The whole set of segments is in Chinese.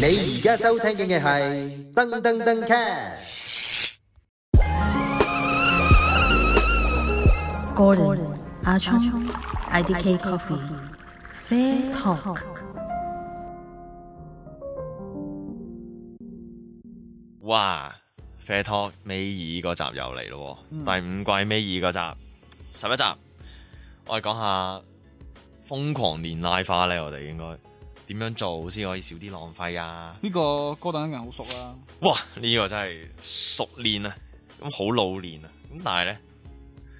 你而家收聽嘅係噔噔噔 cast。 Gordon, Ah Chong, IDK Coffee, Fair Talk. 哇！Fair Talk 尾二嗰集又嚟咯喎，第五季尾二嗰集，十一集，我哋講下瘋狂年奶化咧，我哋應該點樣做先可以少啲浪費啊？呢個歌等一好熟啊啦，哇！呢、個真係熟練啊，咁好老練啊，咁但係咧，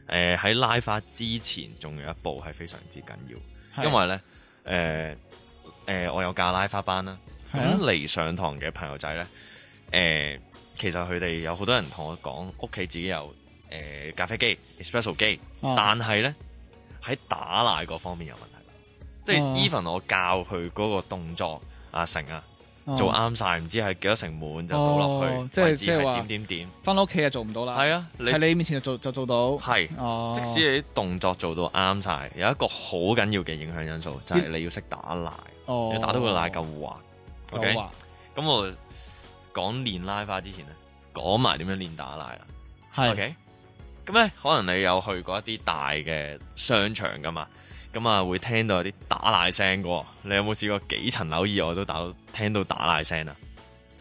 诶喺拉花之前，仲有一步係非常之緊要，係因為咧，诶、诶、呃我有教拉花班啦，咁係啊嚟上堂嘅朋友仔咧，诶、其實佢哋有好多人同我講，屋企自己有诶、誒咖啡機、espresso 機，哦但係咧喺打奶嗰方面有問題，即係哦 even 我教佢嗰個動作啊成啊。哦做啱晒，唔知係幾多成滿就倒落去，哦即係位置即係話點點點，翻到屋企就做唔到啦。係啊，你喺你面前就做就做到。係哦，即使你啲動作做到啱晒，有一個好緊要嘅影響因素就係你要識打奶，哦啊你打到個奶夠滑。夠 OK，滑咁我講練拉花之前咧，講埋點樣練打奶啦。係 OK，咁咧可能你有去過一啲大嘅商場噶嘛，咁啊會聽到有啲打奶聲嘅喎。你有冇試過幾層樓以外都打到聽到打奶聲啊？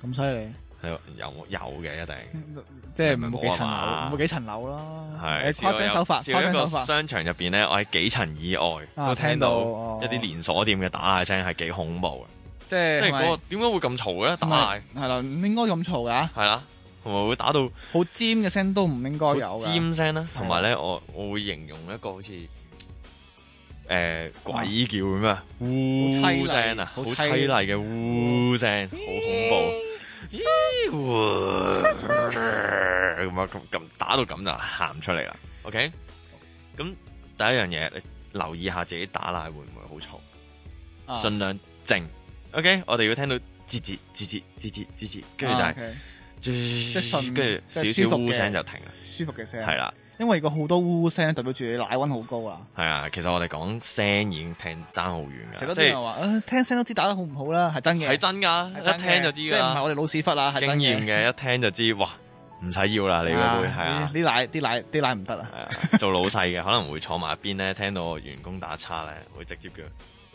咁犀利，你有有有嘅一定。即係冇幾層冇啊樓，嘛冇幾層樓啦。係你誇張手法，誇試過一張個手法。商場入邊咧，我喺幾層以外啊都聽聽到到一啲連鎖店嘅打奶聲，係幾恐怖即嘅。係即係嗰係個點解會咁嘈嘅咧？打奶咪係啦，唔應該咁嘈㗎，係啦，同埋會打到好尖嘅聲都唔應該有好㗎。啊尖聲啦，同埋咧我我會形容一個好似誒鬼叫咁啊，凄嗚厲聲啊，好好凄凄厲嘅嗚聲，好恐怖。咦喎咁啊，咁咁打到咁就喊出嚟啦。OK，咁第一樣嘢，你留意下自己打奶會唔會好啊，嘈，盡量靜。OK，我哋要聽到吱吱吱吱吱吱吱吱，跟住就啊係，OK，即係吱，跟順住少即係舒少服呼嘅聲就停啦。舒服嘅聲。係，啦，因為如果好多呼聲，代表住你奶温好高啦。係啊，其實我哋講聲已經聽爭好遠成㗎啦，日都即啲人係話，誒聽聲都知打得好唔好啦，係真嘅。係真㗎，係真嗯一嘅聽就知即㗎係唔係啦，我哋老屎忽啊啦，係經真驗嘅一聽就知，哇，唔使要啦，你嗰啊杯係啊呢。啲奶啲奶啲奶唔得啊！係啊做老細嘅可能會坐埋一邊咧，聽到我員工打叉咧，會直接叫：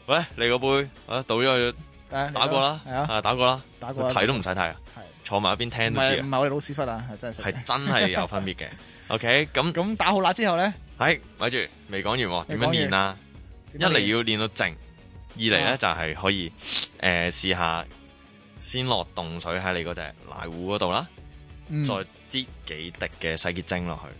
喂，你嗰杯啊倒咗佢，打過啦，係啊，啊打過啦，打過啦睇都唔使睇啊，係坐埋一邊聽唔都知係啊唔，係我哋老屎忽啊，係真係食係嘅。真係有分別嘅。OK，咁咁咁打好辣之後咧，係咪住未講完喎？點樣未講完練啊？一嚟要練到靜，二嚟咧啊就係可以誒試下先落凍水喺你嗰隻奶壺嗰度啦，嗯再擠幾滴嘅洗潔精落去。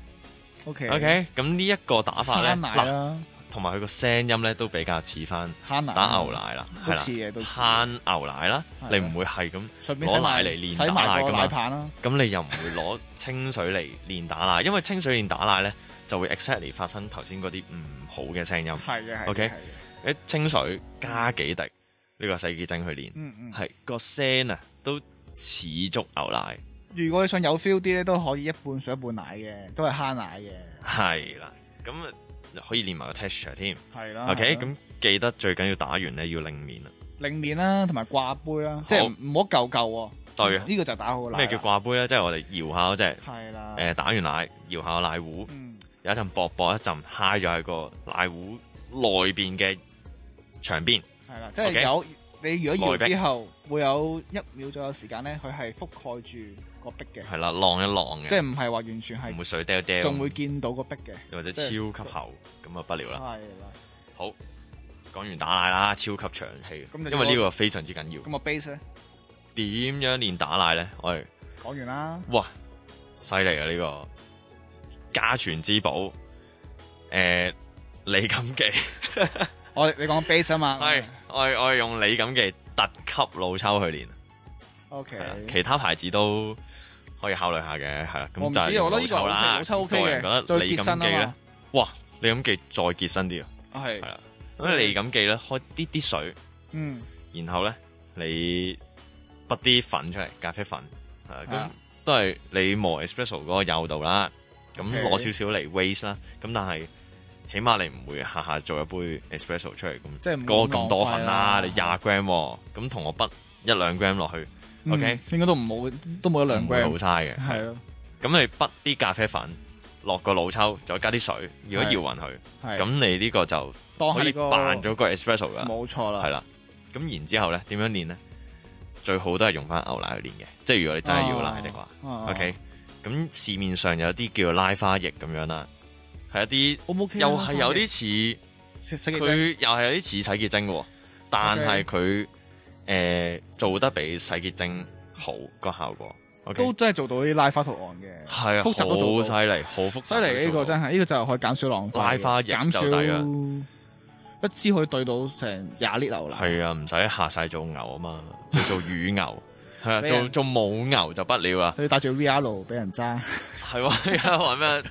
OK OK，咁呢一個打法咧，慳奶啊嗱。啦，同埋佢個聲音咧都比較似翻慳奶啊打牛奶啦，係都似啦嘅，都似慳牛奶啦，係啊你唔啦會係咁順便攞洗奶埋嚟練洗打奶埋噶個奶嘛，棒啦。咁你又唔會攞清水嚟練打奶，因為清水練打奶咧就會 exactly 發生頭先嗰啲唔好嘅聲音。係嘅，係嘅 OK 係嘅誒清水加幾滴呢個洗潔精去練，嗯嗯。係個聲啊都似足牛奶，如果你想有 feel 啲咧，都可以一半水一半奶嘅，都係慳奶嘅。係啦，咁啊可以練埋個 texture 添。係啦。 OK，係啦咁記得最緊要打完咧要擰面啊。零面啦，同埋掛杯啦，即係好唔好一嚿嚿喎。對啊呢個就打好奶啦。啊咩叫掛杯啊咧？即係我哋搖下嗰隻。係啦。誒打完奶，搖下個奶壺，嗯，有一陣薄薄一陣揩咗喺個奶壺內邊嘅牆邊，係啦，即係 OK 有你如果內壁搖之後，會有一秒左右時間咧，佢係覆蓋住個壁嘅，係啦，浪一浪嘅，即係唔係話完全唔係，會水掉掉，仲會見到個壁嘅。或者超即級厚，咁啊不了啦。係啦，好，講完打奶啦，超級長氣，咁就因為呢個非常之緊要。咁個 base 咧點樣練打奶咧？我哋講完啦，哇，犀利啊！呢個家傳之寶，誒李 錦記我你講 base 啊嘛，係我係我係用李錦記特級老抽去練。係啦 OK，其他牌子都可以考慮下嘅，係啦。我咁唔就係知我覺得呢個老抽啦，老抽 OK 個人覺得嘅，再李結錦身記啊咧嘛，，哇！李錦記再結身啲啊，係係，啦。所以李錦記咧開啲啲水，嗯，然後咧你滗啲粉出嚟，咖啡粉，係啦係咁啊都係你磨 espresso 嗰個幼度啦。咁 OK 攞少少嚟 waste 啦，咁但係起碼你唔會下下做一杯 espresso 出嚟咁，即係唔會嗰個咁多浪費粉啦，啦你廿 gram 喎咁同我筆一兩 gram 落去，嗯 OK 應該都唔冇，都冇一兩唔會好 gram，差嘅。係咯，咁你滗啲咖啡粉落個老抽，再加啲水，如果搖勻佢，係咁你呢個就當可係以個扮咗個 espresso 噶啦。冇錯啦，係啦。咁然之後咧，點樣練咧？最好都係用翻牛奶去練嘅，即係如果你真係要奶的話。哦 OK，咁市面上有啲叫做拉花液咁樣啦，係一啲 O 唔 OK 啊又係有啲食似食嘅啫，佢又係有啲似洗潔精喎，但係佢誒做得比洗潔精好個效果。OK，都真係做到啲拉花圖案嘅，係啊，複雜都好做犀到，利，好複雜。犀利呢個真係係，呢個就可以減少浪費，拉花液減就抵啦少一支可以對到成廿 l 牛奶，係啊，唔使下晒做牛啊嘛，就做乳牛。係 啊，咩做做母牛就不了啊，所以戴住 VR 路俾人揸，係喎，而家話咩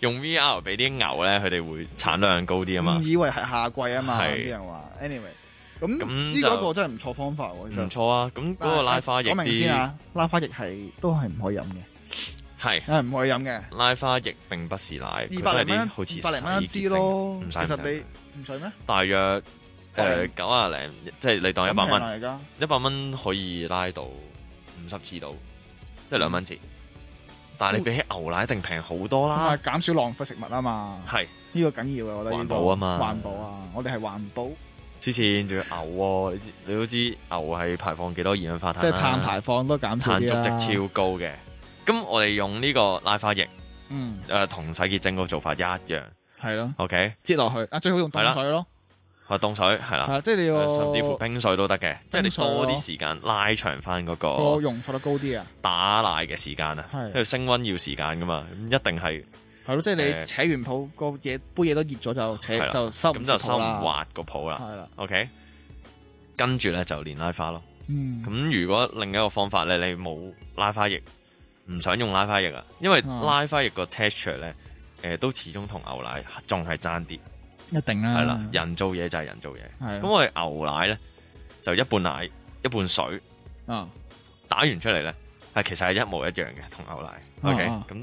用 VR 俾啲牛咧，佢哋會產量高啲啊嘛唔， 以為係夏季啊嘛，係啲人話，anyway，咁咁呢就個一個真係唔錯方法喎，其實唔錯啊。咁嗰個拉花液嗯講明先啲啊，拉花液係都係唔可以飲嘅，係係唔可以飲嘅。拉花液並不是奶，佢二都百係零啲蚊，好似二百零蚊一洗支潔精咯。唔其使唔實使，你唔使咩？大約誒100九啊零，即係你當一百咁平蚊，啊而家一百蚊可以拉到五十次到，即係兩蚊次。嗯但係你比起牛奶一定平好多同啦埋，減少浪費食物啊嘛，係呢個緊要嘅，我覺得呢個環保啊嘛環保啊，我哋係環保，黐線仲要牛喎，你知你都知牛係排放幾多二氧化碳啊即係啦碳排放都減少碳啲足啦跡超高嘅。咁我哋用呢個拉花液，誒、嗯，呃同洗潔精嗰個做法一樣係咯， ，OK，擠落去啊，最好用係啦凍水咯，係凍水係係啦，啦，即係你要誒甚至乎冰水都得嘅，即係你啊冰水啊咯多啲時間拉長翻嗰個個容錯率高啲啊，打奶嘅時間啊，係因為升温要時間噶嘛，咁一定係係咯，即誒係你扯完泡個嘢杯嘢都熱咗就係啦扯就收咁就收唔滑，滑個泡啦係啦， ，OK，跟住咧就練拉花咯。嗯，咁如果另一個方法咧，你冇拉花液，唔想用拉花液啊，因為嗯拉花液個 texture 咧，誒、都始終同牛奶仲係爭啲，一定啦，係啦、人做嘢就係人做嘢。係咁我哋牛奶咧就一半奶一半水咁啊，打完出嚟咧，係其實係一模一樣嘅同牛奶。嗯 OK，嗯咁誒、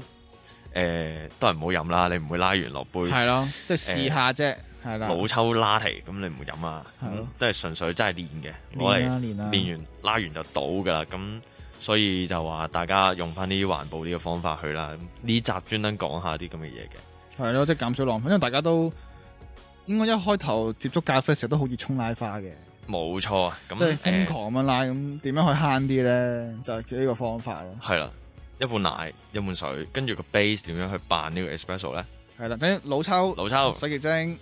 呃都係唔好飲啦，你唔會拉完落杯係咯，即係試下啫，係啦，老抽拉提，咁你唔會飲啊，係咯都係純粹真係練嘅，攞練啊嚟啦。練啦，練完拉完就倒噶啦，咁所以就話大家用翻啲環保啲嘅方法去啦。咁呢集專登講下啲咁嘅嘢嘅，係咯，即係減少浪費，因為大家都應該一開頭接觸咖啡嘅時候都好熱衷拉花嘅，冇錯啊。咁即係誒瘋狂咁樣拉，咁點樣去慳啲咧？就係呢個方法咯，係啦，一半奶一半水，跟住個 base 點樣去扮呢個 espresso 咧？係啦，等於老抽、老抽，洗潔精，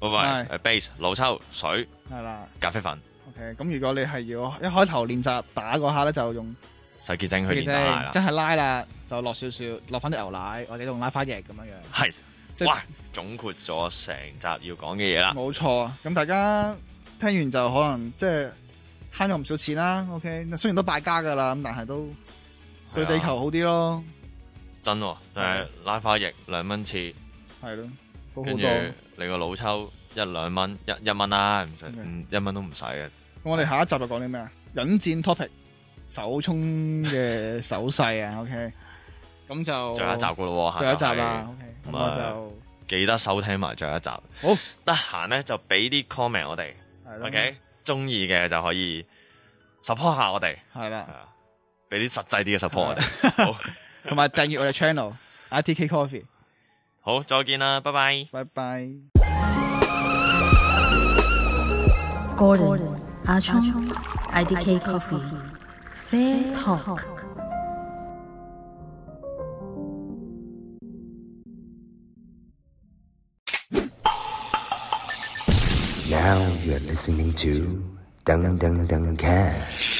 喂喂係誒 base 老抽水係啦咖啡粉，OK。咁如果你係要一開頭練習打嗰下咧，就用洗潔精洗去潔練打奶精，啦真，係拉啦，就落少少，落翻啲牛奶，或者用拉花液咁樣樣。係即係哇總括咗成集要講嘅嘢啦，冇錯啊！咁大家聽完就可能即係慳咗唔少錢啦。OK，雖然都敗家噶啦，咁但係都對地球好啲咯，真喎誒拉花液兩蚊次。係咯，好好跟多。住你個老抽一兩蚊，一一蚊啦，唔使 Okay 唔一蚊都唔使啊嘅。咁我哋下一集就講啲咩啊？引戰 topic，手沖嘅手勢啊。OK，咁就最後一集噶咯喎，哦最後一集下啦。係， OK，咁咁啊我記得收聽埋最後一集。就好得閒咧就俾啲 comment 我哋係啦，OK，中意嘅就可以 support 下我哋，係係啦，啊，俾啲實際啲嘅 support 我哋。同埋訂閱我哋 channel ITK Coffee，好，好，再見啦，拜拜。拜拜。 Gordon, Achong, IDK Coffee, Fair Talk. Now you're listening to Dung Dung Dung Cat.